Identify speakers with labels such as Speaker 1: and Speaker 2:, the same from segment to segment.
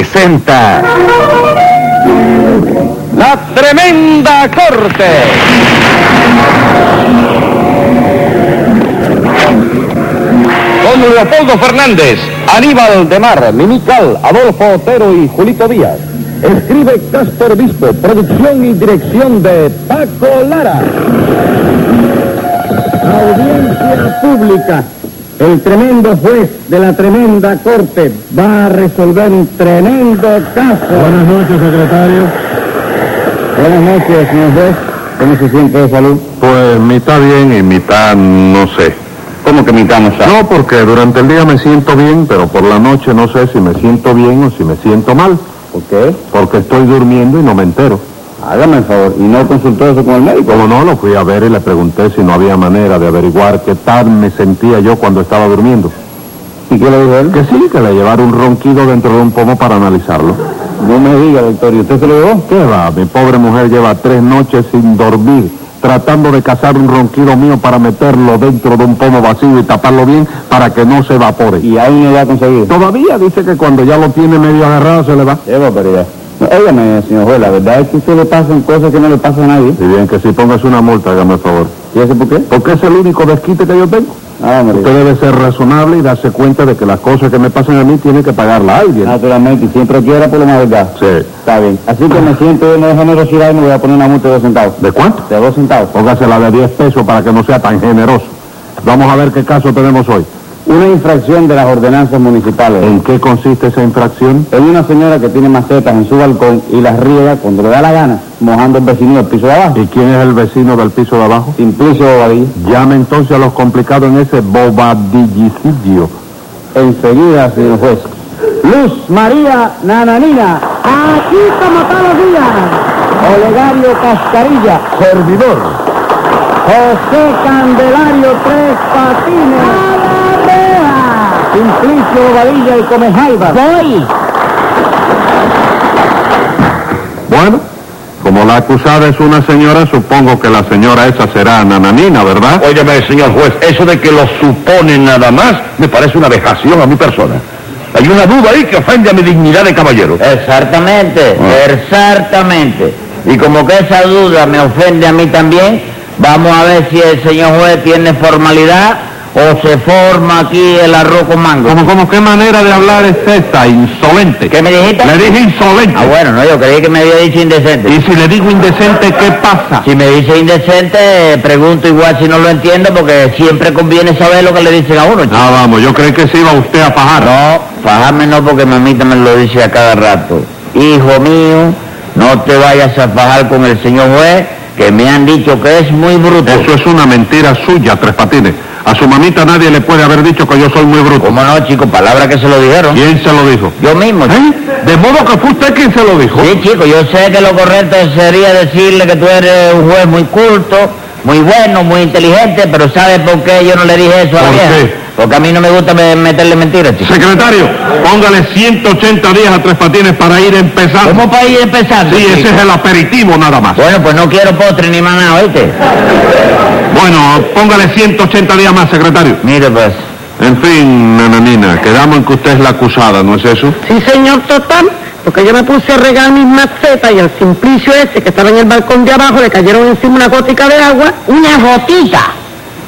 Speaker 1: presenta La Tremenda Corte. Con Leopoldo Fernández, Aníbal de Mar, Mimical, Adolfo Otero y Julito Díaz. Escribe Casper Bispo, producción y dirección de Paco Lara.
Speaker 2: Audiencia pública. El tremendo juez de la tremenda corte va a resolver un tremendo caso.
Speaker 3: Buenas noches, secretario.
Speaker 2: Buenas noches, señor juez. ¿Cómo se siente de salud?
Speaker 3: Pues mitad bien y mitad no sé.
Speaker 1: ¿Cómo que mitamos a...
Speaker 3: No, porque durante el día me siento bien, pero por la noche no sé si me siento bien o si me siento mal,
Speaker 2: ¿Por qué?
Speaker 3: porque estoy durmiendo y no me entero.
Speaker 2: Hágame el favor. ¿Y no consultó eso con el médico?
Speaker 3: Como no, lo fui a ver y le pregunté si no había manera de averiguar qué tal me sentía yo cuando estaba durmiendo.
Speaker 2: ¿Y qué le dijo él?
Speaker 3: Que sí, que le llevara un ronquido dentro de un pomo para analizarlo.
Speaker 2: No me diga, doctor. ¿Y usted se lo llevó?
Speaker 3: ¿Qué va? Mi pobre mujer lleva tres noches sin dormir, tratando de cazar un ronquido mío para meterlo dentro de un pomo vacío y taparlo bien para que no se evapore.
Speaker 2: Y aún no lo ha conseguido.
Speaker 3: Todavía dice que cuando ya lo tiene medio agarrado se le va.
Speaker 2: Qué barbaridad. No, óigame, señor juez, la verdad es que a usted le pasan cosas que no le pasan a nadie.
Speaker 3: Y bien que si pongas una multa, hágame el favor.
Speaker 2: ¿Y eso por qué?
Speaker 3: Porque es el único desquite que yo tengo.
Speaker 2: Ah, hombre.
Speaker 3: Usted debe ser razonable y darse cuenta de que las cosas que me pasan a mí tiene que pagarla alguien.
Speaker 2: Naturalmente, y siempre quiera por la verdad.
Speaker 3: Sí.
Speaker 2: Está bien. Así que me siento en de generosidad y me voy a poner una multa de dos centavos.
Speaker 3: ¿De cuánto?
Speaker 2: De dos centavos.
Speaker 3: Póngasela de 10 pesos para que no sea tan generoso. Vamos a ver qué caso tenemos hoy.
Speaker 2: Una infracción de las ordenanzas municipales.
Speaker 3: ¿En qué consiste esa infracción?
Speaker 2: Es una señora que tiene macetas en su balcón y las riega cuando le da la gana, mojando el vecino del piso de abajo.
Speaker 3: ¿Y quién es el vecino del piso de abajo?
Speaker 2: Simplicio Bobadilla.
Speaker 3: Llame entonces a los complicados en ese bobadillicidio.
Speaker 2: Enseguida, señor juez. Luz María Nananina. Aquí como todos los días. Olegario Cascarilla.
Speaker 3: Servidor.
Speaker 2: José Candelario Tres Patines. Simplicio Bobadilla y Comejaiba. ¡Voy!
Speaker 3: Bueno, como la acusada es una señora, supongo que la señora esa será Nananina, ¿verdad?
Speaker 1: Óyeme, señor juez, eso de que lo supone nada más me parece una vejación a mi persona. Hay una duda ahí que ofende a mi dignidad de caballero.
Speaker 4: Exactamente,
Speaker 1: Ah.
Speaker 4: exactamente. Y como que esa duda me ofende a mí también, vamos a ver si el señor juez tiene formalidad o se forma aquí el arroz con mango.
Speaker 3: Como, como, ¿qué manera de hablar es esta, insolente?
Speaker 4: ¿Qué me dijiste?
Speaker 3: Le dije insolente.
Speaker 4: Ah, bueno, no, yo creí que me había dicho indecente.
Speaker 3: Y si le digo indecente, ¿qué pasa?
Speaker 4: Si me dice indecente, eh, pregunto igual si no lo entiendo, porque siempre conviene saber lo que le dicen a uno. chico.
Speaker 3: Ah, vamos, yo creí que se iba usted a fajar.
Speaker 4: No, fajarme no, porque mamita me lo dice a cada rato. Hijo mío, no te vayas a fajar con el señor juez, que me han dicho que es muy bruto.
Speaker 3: Eso es una mentira suya, Tres Patines. A su mamita nadie le puede haber dicho que yo soy muy bruto.
Speaker 4: ¿Cómo no, chico? Palabra que se lo dijeron.
Speaker 3: ¿Quién se lo dijo?
Speaker 4: Yo mismo. chico.
Speaker 3: ¿Eh? ¿De modo que fue usted quien se lo dijo?
Speaker 4: Sí, chico, yo sé que lo correcto sería decirle que tú eres un juez muy culto, muy bueno, muy inteligente, pero ¿sabes por qué yo no le dije eso a la
Speaker 3: ¿Por
Speaker 4: vieja?
Speaker 3: qué?
Speaker 4: Porque a mí no me gusta me- meterle mentiras, chico.
Speaker 3: Secretario, póngale 180 días a Tres Patines para ir empezando.
Speaker 4: ¿Cómo para ir empezando?
Speaker 3: Sí,
Speaker 4: chico?
Speaker 3: ese es el aperitivo nada más.
Speaker 4: Bueno, pues no quiero postre ni más nada, ¿oíste?
Speaker 3: Bueno, póngale 180 días más, secretario.
Speaker 4: Mire, pues.
Speaker 3: En fin, nananina, quedamos en que usted es la acusada, ¿no es eso?
Speaker 5: Sí, señor, total. Porque yo me puse a regar mis macetas y al simplicio ese que estaba en el balcón de abajo le cayeron encima una gotica de agua.
Speaker 6: una gotita.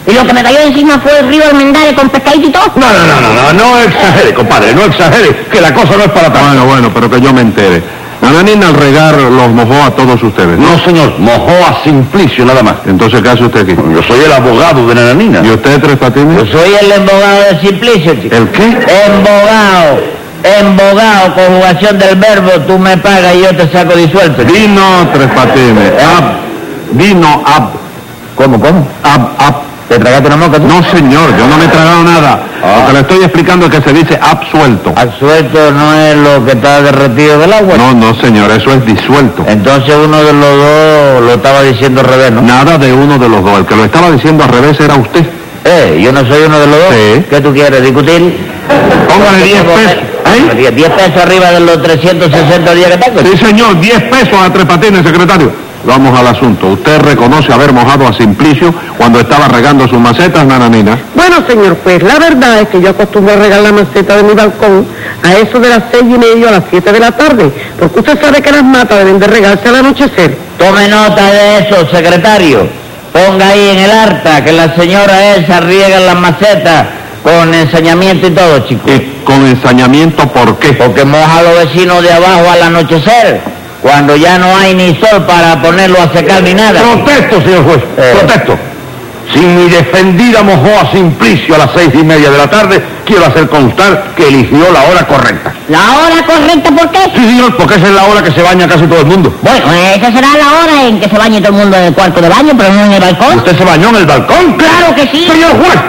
Speaker 6: Y lo que me cayó encima fue el río Almendales con pescadito y todo.
Speaker 1: No, no, no, no, no, no exagere, compadre, no exagere, que la cosa no es para tanto.
Speaker 3: Bueno, bueno, pero que yo me entere. Nananina al regar los mojó a todos ustedes. ¿no?
Speaker 1: No, señor, mojó a Simplicio nada más.
Speaker 3: Entonces, ¿qué hace usted aquí?
Speaker 1: Yo soy el abogado de Nananina.
Speaker 3: ¿Y usted, Tres
Speaker 4: Yo
Speaker 3: Patines?
Speaker 4: soy el embogado de Simplicio, chico.
Speaker 3: ¿El qué?
Speaker 4: Embogado. Embogado, conjugación del verbo, tú me pagas y yo te saco disuelto. chico.
Speaker 3: Dino Tres Patines. Ab. Dino Ab.
Speaker 4: ¿Cómo, cómo?
Speaker 3: Ab, ab.
Speaker 4: ¿Te tragaste una moca tú?
Speaker 3: No, señor, yo no me he tragado nada.
Speaker 1: Ah.
Speaker 3: Lo que le estoy explicando es que se dice absuelto.
Speaker 4: Absuelto no es lo que está derretido del agua.
Speaker 3: No, no, señor, eso es disuelto.
Speaker 4: Entonces uno de los dos lo estaba diciendo al revés, ¿no?
Speaker 3: Nada de uno de los dos. El que lo estaba diciendo al revés era usted.
Speaker 4: Eh, yo no soy uno de los dos.
Speaker 3: Sí.
Speaker 4: ¿Qué tú quieres, discutir?
Speaker 3: Póngale 10 pesos. ¿Eh?
Speaker 4: 10 pesos arriba de los 360 días que tengo.
Speaker 3: Sí, señor, 10 pesos a Tres Patines, secretario.
Speaker 1: Vamos al asunto. ¿Usted reconoce haber mojado a Simplicio cuando estaba regando sus macetas, nananina?
Speaker 7: Bueno, señor juez, la verdad es que yo acostumbro a regar la maceta de mi balcón a eso de las seis y media a las siete de la tarde, porque usted sabe que las matas deben de regarse al anochecer.
Speaker 4: Tome nota de eso, secretario. Ponga ahí en el harta que la señora esa riega las macetas con ensañamiento y todo, chico.
Speaker 1: ¿Y con ensañamiento por qué?
Speaker 4: Porque moja a los vecinos de abajo al anochecer, cuando ya no hay ni sol para ponerlo a secar ni nada.
Speaker 1: Protesto, señor juez,
Speaker 4: Eh.
Speaker 1: protesto. Si mi defendida mojó a Simplicio a las seis y media de la tarde, quiero hacer constar que eligió la hora correcta.
Speaker 6: ¿La hora correcta por qué?
Speaker 1: Sí, señor, porque esa es la hora que se baña casi todo el mundo.
Speaker 6: Bueno, esa será la hora en que se bañe todo el mundo en el cuarto de baño, pero no en el balcón.
Speaker 1: ¿Usted se bañó en el balcón?
Speaker 6: ¡Claro que sí!
Speaker 1: Señor juez,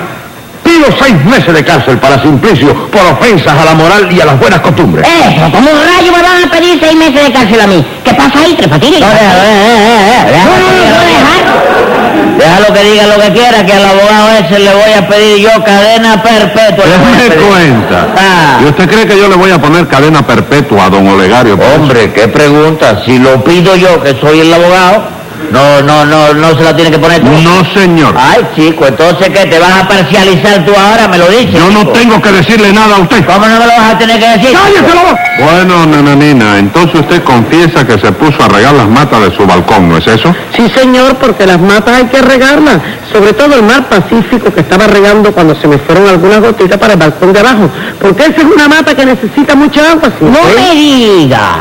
Speaker 1: pido seis meses de cárcel para Simplicio por ofensas a la moral y a las buenas costumbres.
Speaker 6: Eso, ¿cómo rayo me van a pedir seis meses de cárcel a mí? ¿Qué pasa ahí, Tres Patines?
Speaker 4: No,
Speaker 6: No,
Speaker 4: deja,
Speaker 6: no,
Speaker 4: deja, deja, deja,
Speaker 6: no,
Speaker 4: deja.
Speaker 6: no, dejar.
Speaker 4: Déjalo que diga lo que quiera, que al abogado ese le voy a pedir yo cadena perpetua. le voy a
Speaker 1: Déjeme
Speaker 4: pedir.
Speaker 1: cuenta.
Speaker 4: Ah.
Speaker 1: ¿Y usted cree que yo le voy a poner cadena perpetua a don Olegario? por eso?
Speaker 4: Hombre, qué pregunta. Si lo pido yo, que soy el abogado, no, no, no, no se la tiene que poner tú.
Speaker 1: No, señor.
Speaker 4: Ay, chico, entonces que te vas a parcializar tú ahora, me lo dices.
Speaker 1: Yo no
Speaker 4: chico?
Speaker 1: tengo que decirle nada a usted.
Speaker 4: ¿Cómo no me lo vas a tener que decir? chico?
Speaker 1: Bueno, nananina, entonces usted confiesa que se puso a regar las matas de su balcón, ¿no es eso?
Speaker 7: Sí, señor, porque las matas hay que regarlas, sobre todo el mar Pacífico que estaba regando cuando se me fueron algunas gotitas para el balcón de abajo, porque esa es una mata que necesita mucha agua, señor
Speaker 6: No
Speaker 7: juez.
Speaker 6: me diga.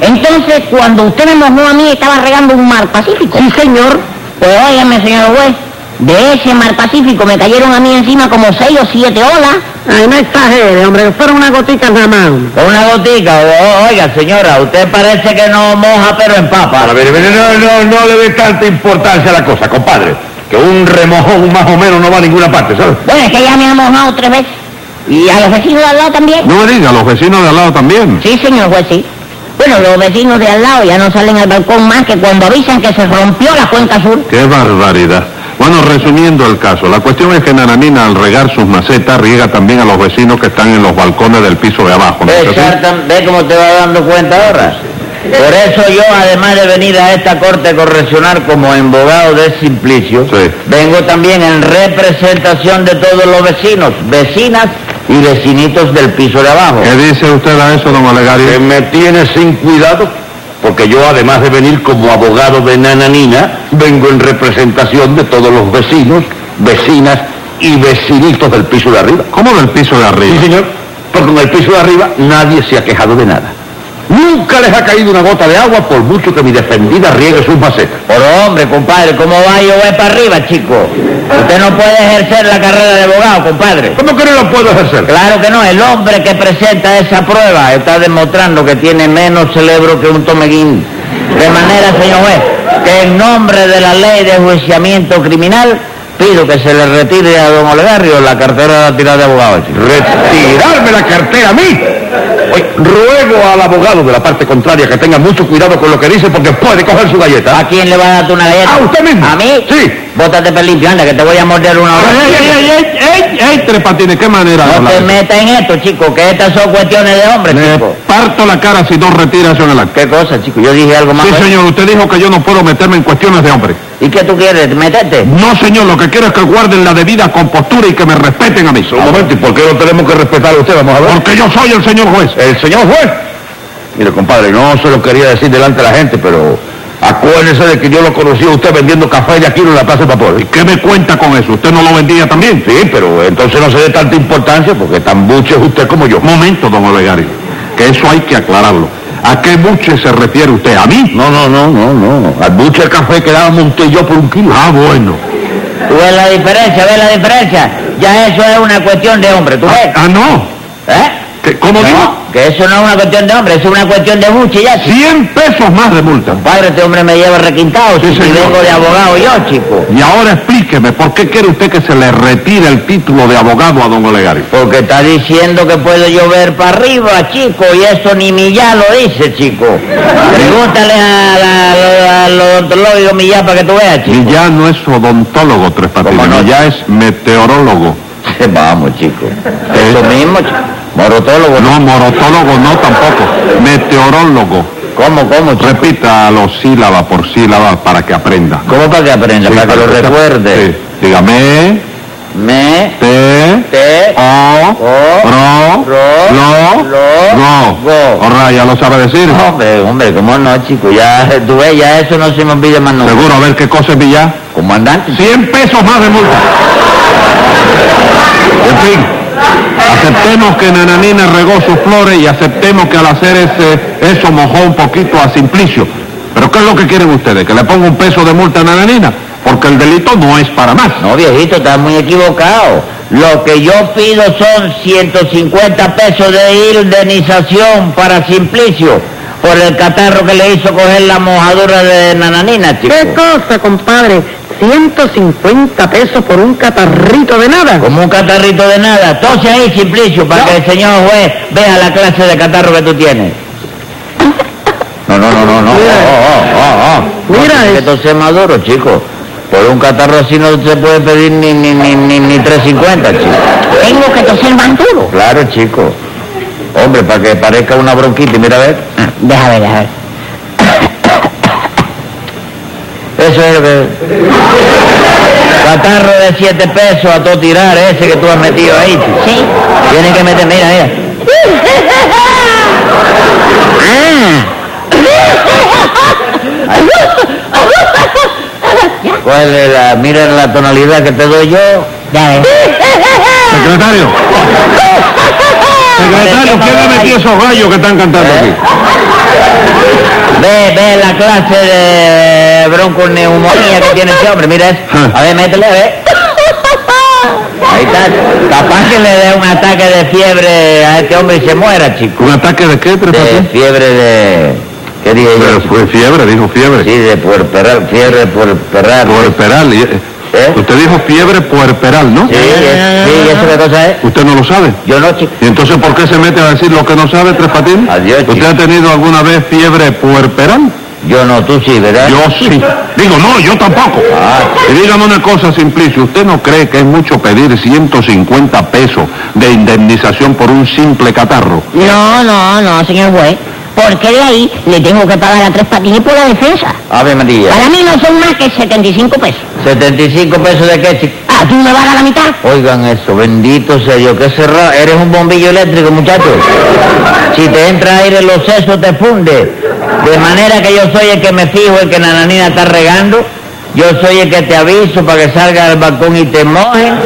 Speaker 6: Entonces, cuando usted me mojó a mí, estaba regando un mar Pacífico.
Speaker 7: Sí, señor.
Speaker 6: Pues óigame, señor juez, de ese mar Pacífico me cayeron a mí encima como seis o siete olas.
Speaker 7: Ay, no exagere, hombre, que fueron unas gotitas nada más.
Speaker 4: Una gotica. O- o- oiga, señora, usted parece que no moja, pero empapa.
Speaker 1: Ahora, mire, mire, no, no, no le dé tanta importancia a la cosa, compadre. Que un remojón más o menos no va a ninguna parte, ¿sabes?
Speaker 6: Bueno, es que ya me ha mojado tres veces. Y a los vecinos de al lado también.
Speaker 1: No me diga, los vecinos de al lado también.
Speaker 6: Sí, señor juez, sí. Bueno, los vecinos de al lado ya no salen al balcón más que cuando avisan que se rompió la cuenca sur.
Speaker 1: Qué barbaridad. Bueno, resumiendo el caso, la cuestión es que Nananina al regar sus macetas riega también a los vecinos que están en los balcones del piso de abajo, ¿no es así?
Speaker 4: Exactam- ¿Ve cómo te vas dando cuenta ahora? Por eso yo, además de venir a esta corte correccional como abogado de Simplicio,
Speaker 1: Sí.
Speaker 4: vengo también en representación de todos los vecinos, vecinas y vecinitos del piso de abajo.
Speaker 1: ¿Qué dice usted a eso, don Olegario?
Speaker 8: que me tiene sin cuidado, porque yo además de venir como abogado de Nananina, vengo en representación de todos los vecinos, vecinas y vecinitos del piso de arriba.
Speaker 1: ¿Cómo del piso de arriba?
Speaker 8: Sí, señor, porque en el piso de arriba nadie se ha quejado de nada. Nunca les ha caído una gota de agua por mucho que mi defendida riegue sus macetas.
Speaker 4: Pero hombre, compadre, ¿cómo va yo voy para arriba, chico? Usted no puede ejercer la carrera de abogado, compadre.
Speaker 8: ¿Cómo que no lo puedo ejercer?
Speaker 4: Claro que no, el hombre que presenta esa prueba está demostrando que tiene menos cerebro que un tomeguín. De manera, señor juez, que en nombre de la ley de juiciamiento criminal, pido que se le retire a don Olegario la cartera de la tirada de abogado. chico.
Speaker 8: Retirarme la cartera a mí. Oye, ruego al abogado de la parte contraria que tenga mucho cuidado con lo que dice porque puede coger su galleta.
Speaker 4: ¿A quién le va a dar tú una galleta?
Speaker 8: ¿A usted mismo?
Speaker 4: ¿A mí?
Speaker 8: Sí.
Speaker 4: Bótate pelito, anda, que te voy a morder una hora.
Speaker 1: ¡Ey, ey, ey, ey, ey, ey, Tres Patines, qué manera! de
Speaker 4: No
Speaker 1: hablar.
Speaker 4: te metas en esto, chico, que estas son cuestiones de hombres,
Speaker 1: Le
Speaker 4: chico.
Speaker 1: parto la cara si no retira eso en el acto.
Speaker 4: ¿Qué cosa, chico? Yo dije algo más.
Speaker 1: Sí,
Speaker 4: ¿eh?
Speaker 1: señor, usted dijo que yo no puedo meterme en cuestiones de hombre.
Speaker 4: ¿Y qué tú quieres? ¿Meterte?
Speaker 1: No, señor, lo que quiero es que guarden la debida compostura y que me respeten a mí.
Speaker 8: Un momento, ¿y por qué no tenemos que respetar a usted? Vamos a ver.
Speaker 1: Porque yo soy el señor juez.
Speaker 8: El señor juez. Mire, compadre, no se lo quería decir delante de la gente, pero acuérdese de que yo lo conocí a usted vendiendo café de aquí en la Plaza de Vapor.
Speaker 1: ¿Qué me cuenta con eso? ¿Usted no lo vendía también?
Speaker 8: Sí, pero entonces no se dé tanta importancia porque tan buche es usted como yo.
Speaker 1: Momento, don Olegario, que eso hay que aclararlo. ¿A qué buche se refiere usted? ¿A mí?
Speaker 8: No, no, no, no, no. Al buche el café que daba Monte y yo por un kilo.
Speaker 1: Ah, bueno.
Speaker 4: Tú ves la diferencia, ves la diferencia. Ya eso es una cuestión de hombre, ¿tú ves?
Speaker 1: Ah, no.
Speaker 4: ¿Eh?
Speaker 1: ¿Qué- ¿Cómo digo?
Speaker 4: No, que eso no es una cuestión de hombre, es una cuestión de buche ya, chico.
Speaker 1: 100 pesos más de multa.
Speaker 4: Padre, este hombre me lleva requintado,
Speaker 1: Sí,
Speaker 4: chico, y
Speaker 1: señor.
Speaker 4: vengo de abogado yo, chico.
Speaker 1: Y ahora explíqueme, ¿por qué quiere usted que se le retire el título de abogado a don Olegario?
Speaker 4: Porque está diciendo que puede llover para arriba, chico, y eso ni Millá lo dice, chico. Pregúntale a la- la- al odontólogo Millá para que tú veas, chico.
Speaker 1: Y ya no es odontólogo, Tres Patines,
Speaker 4: no?
Speaker 1: y ya es meteorólogo.
Speaker 4: Vamos, chico.
Speaker 1: Eh.
Speaker 4: Eso mismo, chico. Morotólogo.
Speaker 1: No, morotólogo no tampoco, meteorólogo.
Speaker 4: ¿Cómo, cómo, chico?
Speaker 1: Repítalo sílaba por sílaba para que aprenda.
Speaker 4: ¿Cómo para que aprenda?
Speaker 1: Sí,
Speaker 4: para que lo
Speaker 1: repita.
Speaker 4: recuerde.
Speaker 1: Sí. Dígame,
Speaker 4: Me,
Speaker 1: te,
Speaker 4: te,
Speaker 1: o,
Speaker 4: o,
Speaker 1: ro,
Speaker 4: ro,
Speaker 1: lo,
Speaker 4: lo,
Speaker 1: go.
Speaker 4: go.
Speaker 1: Ahora ya lo sabe decir.
Speaker 4: Hombre, hombre, ¿cómo no, chico? Ya, tú ves, ya eso no se me olvida más nunca.
Speaker 1: Seguro, a ver qué cosa es Villar.
Speaker 4: Comandante,
Speaker 1: 100 pesos más de multa. En fin, aceptemos que Nananina regó sus flores y aceptemos que al hacer ese, eso mojó un poquito a Simplicio. Pero ¿qué es lo que quieren ustedes? ¿Que le ponga un peso de multa a Nananina? Porque el delito no es para más.
Speaker 4: No, viejito, estás muy equivocado. Lo que yo pido son 150 pesos de indemnización para Simplicio por el catarro que le hizo coger la mojadura de Nananina, chico.
Speaker 7: ¿Qué cosa, compadre? 150 pesos por un catarrito de nada.
Speaker 4: Como un catarrito de nada. Entonces ahí, Simplicio, para que el señor juez vea la clase de catarro que tú tienes. No, no, no, no, no. Oh, oh, oh, oh, oh.
Speaker 7: Mira
Speaker 4: No,
Speaker 7: eso.
Speaker 4: que entonces es maduro, chico. Por un catarro así no se puede pedir ni, ni, ni, ni, ni 350, chico.
Speaker 6: Tengo que toser más duro.
Speaker 4: Claro, chico. Hombre, para que parezca una bronquita, mira a ver.
Speaker 6: Ah, deja ver, deja ver.
Speaker 4: Eso es lo que... Catarro de siete pesos a todo tirar, ese que tú has metido ahí. chico.
Speaker 6: Sí.
Speaker 4: Tienen que meter, mira, mira. ¿Cuál es la... Mira la tonalidad que te doy yo.
Speaker 6: Deja ver.
Speaker 1: Secretario. Secretario, ¿quién ha metido esos gallos que están cantando
Speaker 4: ¿Eh?
Speaker 1: aquí?
Speaker 4: Ve, ve la clase de bronconeumonía que tiene ese hombre, mira eso.
Speaker 1: Ah.
Speaker 4: A ver, métele, a ver. Ahí está. Capaz que le dé un ataque de fiebre a este hombre y se muera, chico.
Speaker 1: ¿Un ataque de qué, Tres
Speaker 4: De
Speaker 1: Patines?
Speaker 4: fiebre de... ¿Qué dije yo?
Speaker 1: Pero fue fiebre, dijo fiebre.
Speaker 4: Sí, de puerperal, fiebre puerperal.
Speaker 1: Puerperal. y-
Speaker 4: ¿Eh?
Speaker 1: Usted dijo fiebre puerperal, ¿no?
Speaker 4: Sí, es- sí, ¿y eso qué cosa es?
Speaker 1: Usted no lo sabe.
Speaker 4: Yo no, chico.
Speaker 1: ¿Y entonces por qué se mete a decir lo que no sabe, Tres Patines?
Speaker 4: Adiós, chico.
Speaker 1: ¿Usted ha tenido alguna vez fiebre puerperal?
Speaker 4: Yo no, tú sí, ¿verdad?
Speaker 1: Yo sí. Digo, no, yo tampoco. Y dígame una cosa, Simplicio, ¿usted no cree que es mucho pedir 150 pesos de indemnización por un simple catarro?
Speaker 6: No, no, no, señor juez. Porque de ahí le tengo que pagar a tres patines por la defensa.
Speaker 4: Ave María.
Speaker 6: Para mí no son más que 75 pesos.
Speaker 4: 75 pesos de qué, chico.
Speaker 6: Ah, ¿tú me vas a dar la mitad?
Speaker 4: Oigan eso, bendito sea yo, que cerrado. Eres un bombillo eléctrico, muchacho. Si te entra aire en los sesos te funde. De manera que yo soy el que me fijo, el que Nananina está regando. Yo soy el que te aviso para que salgas al balcón y te mojen.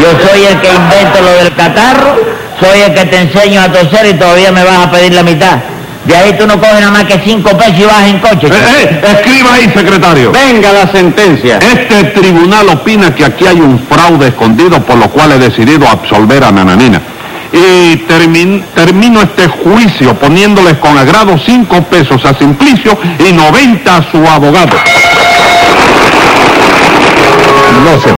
Speaker 4: Yo soy el que invento lo del catarro. Soy el que te enseño a toser y todavía me vas a pedir la mitad. De ahí tú no coges nada más que cinco pesos y vas en coche.
Speaker 1: Eh, eh, escriba ahí, secretario.
Speaker 3: Venga la sentencia.
Speaker 1: Este tribunal opina que aquí hay un fraude escondido por lo cual he decidido absolver a Nananina. Y termin- termino este juicio poniéndoles con agrado cinco pesos a Simplicio y 90 a su abogado.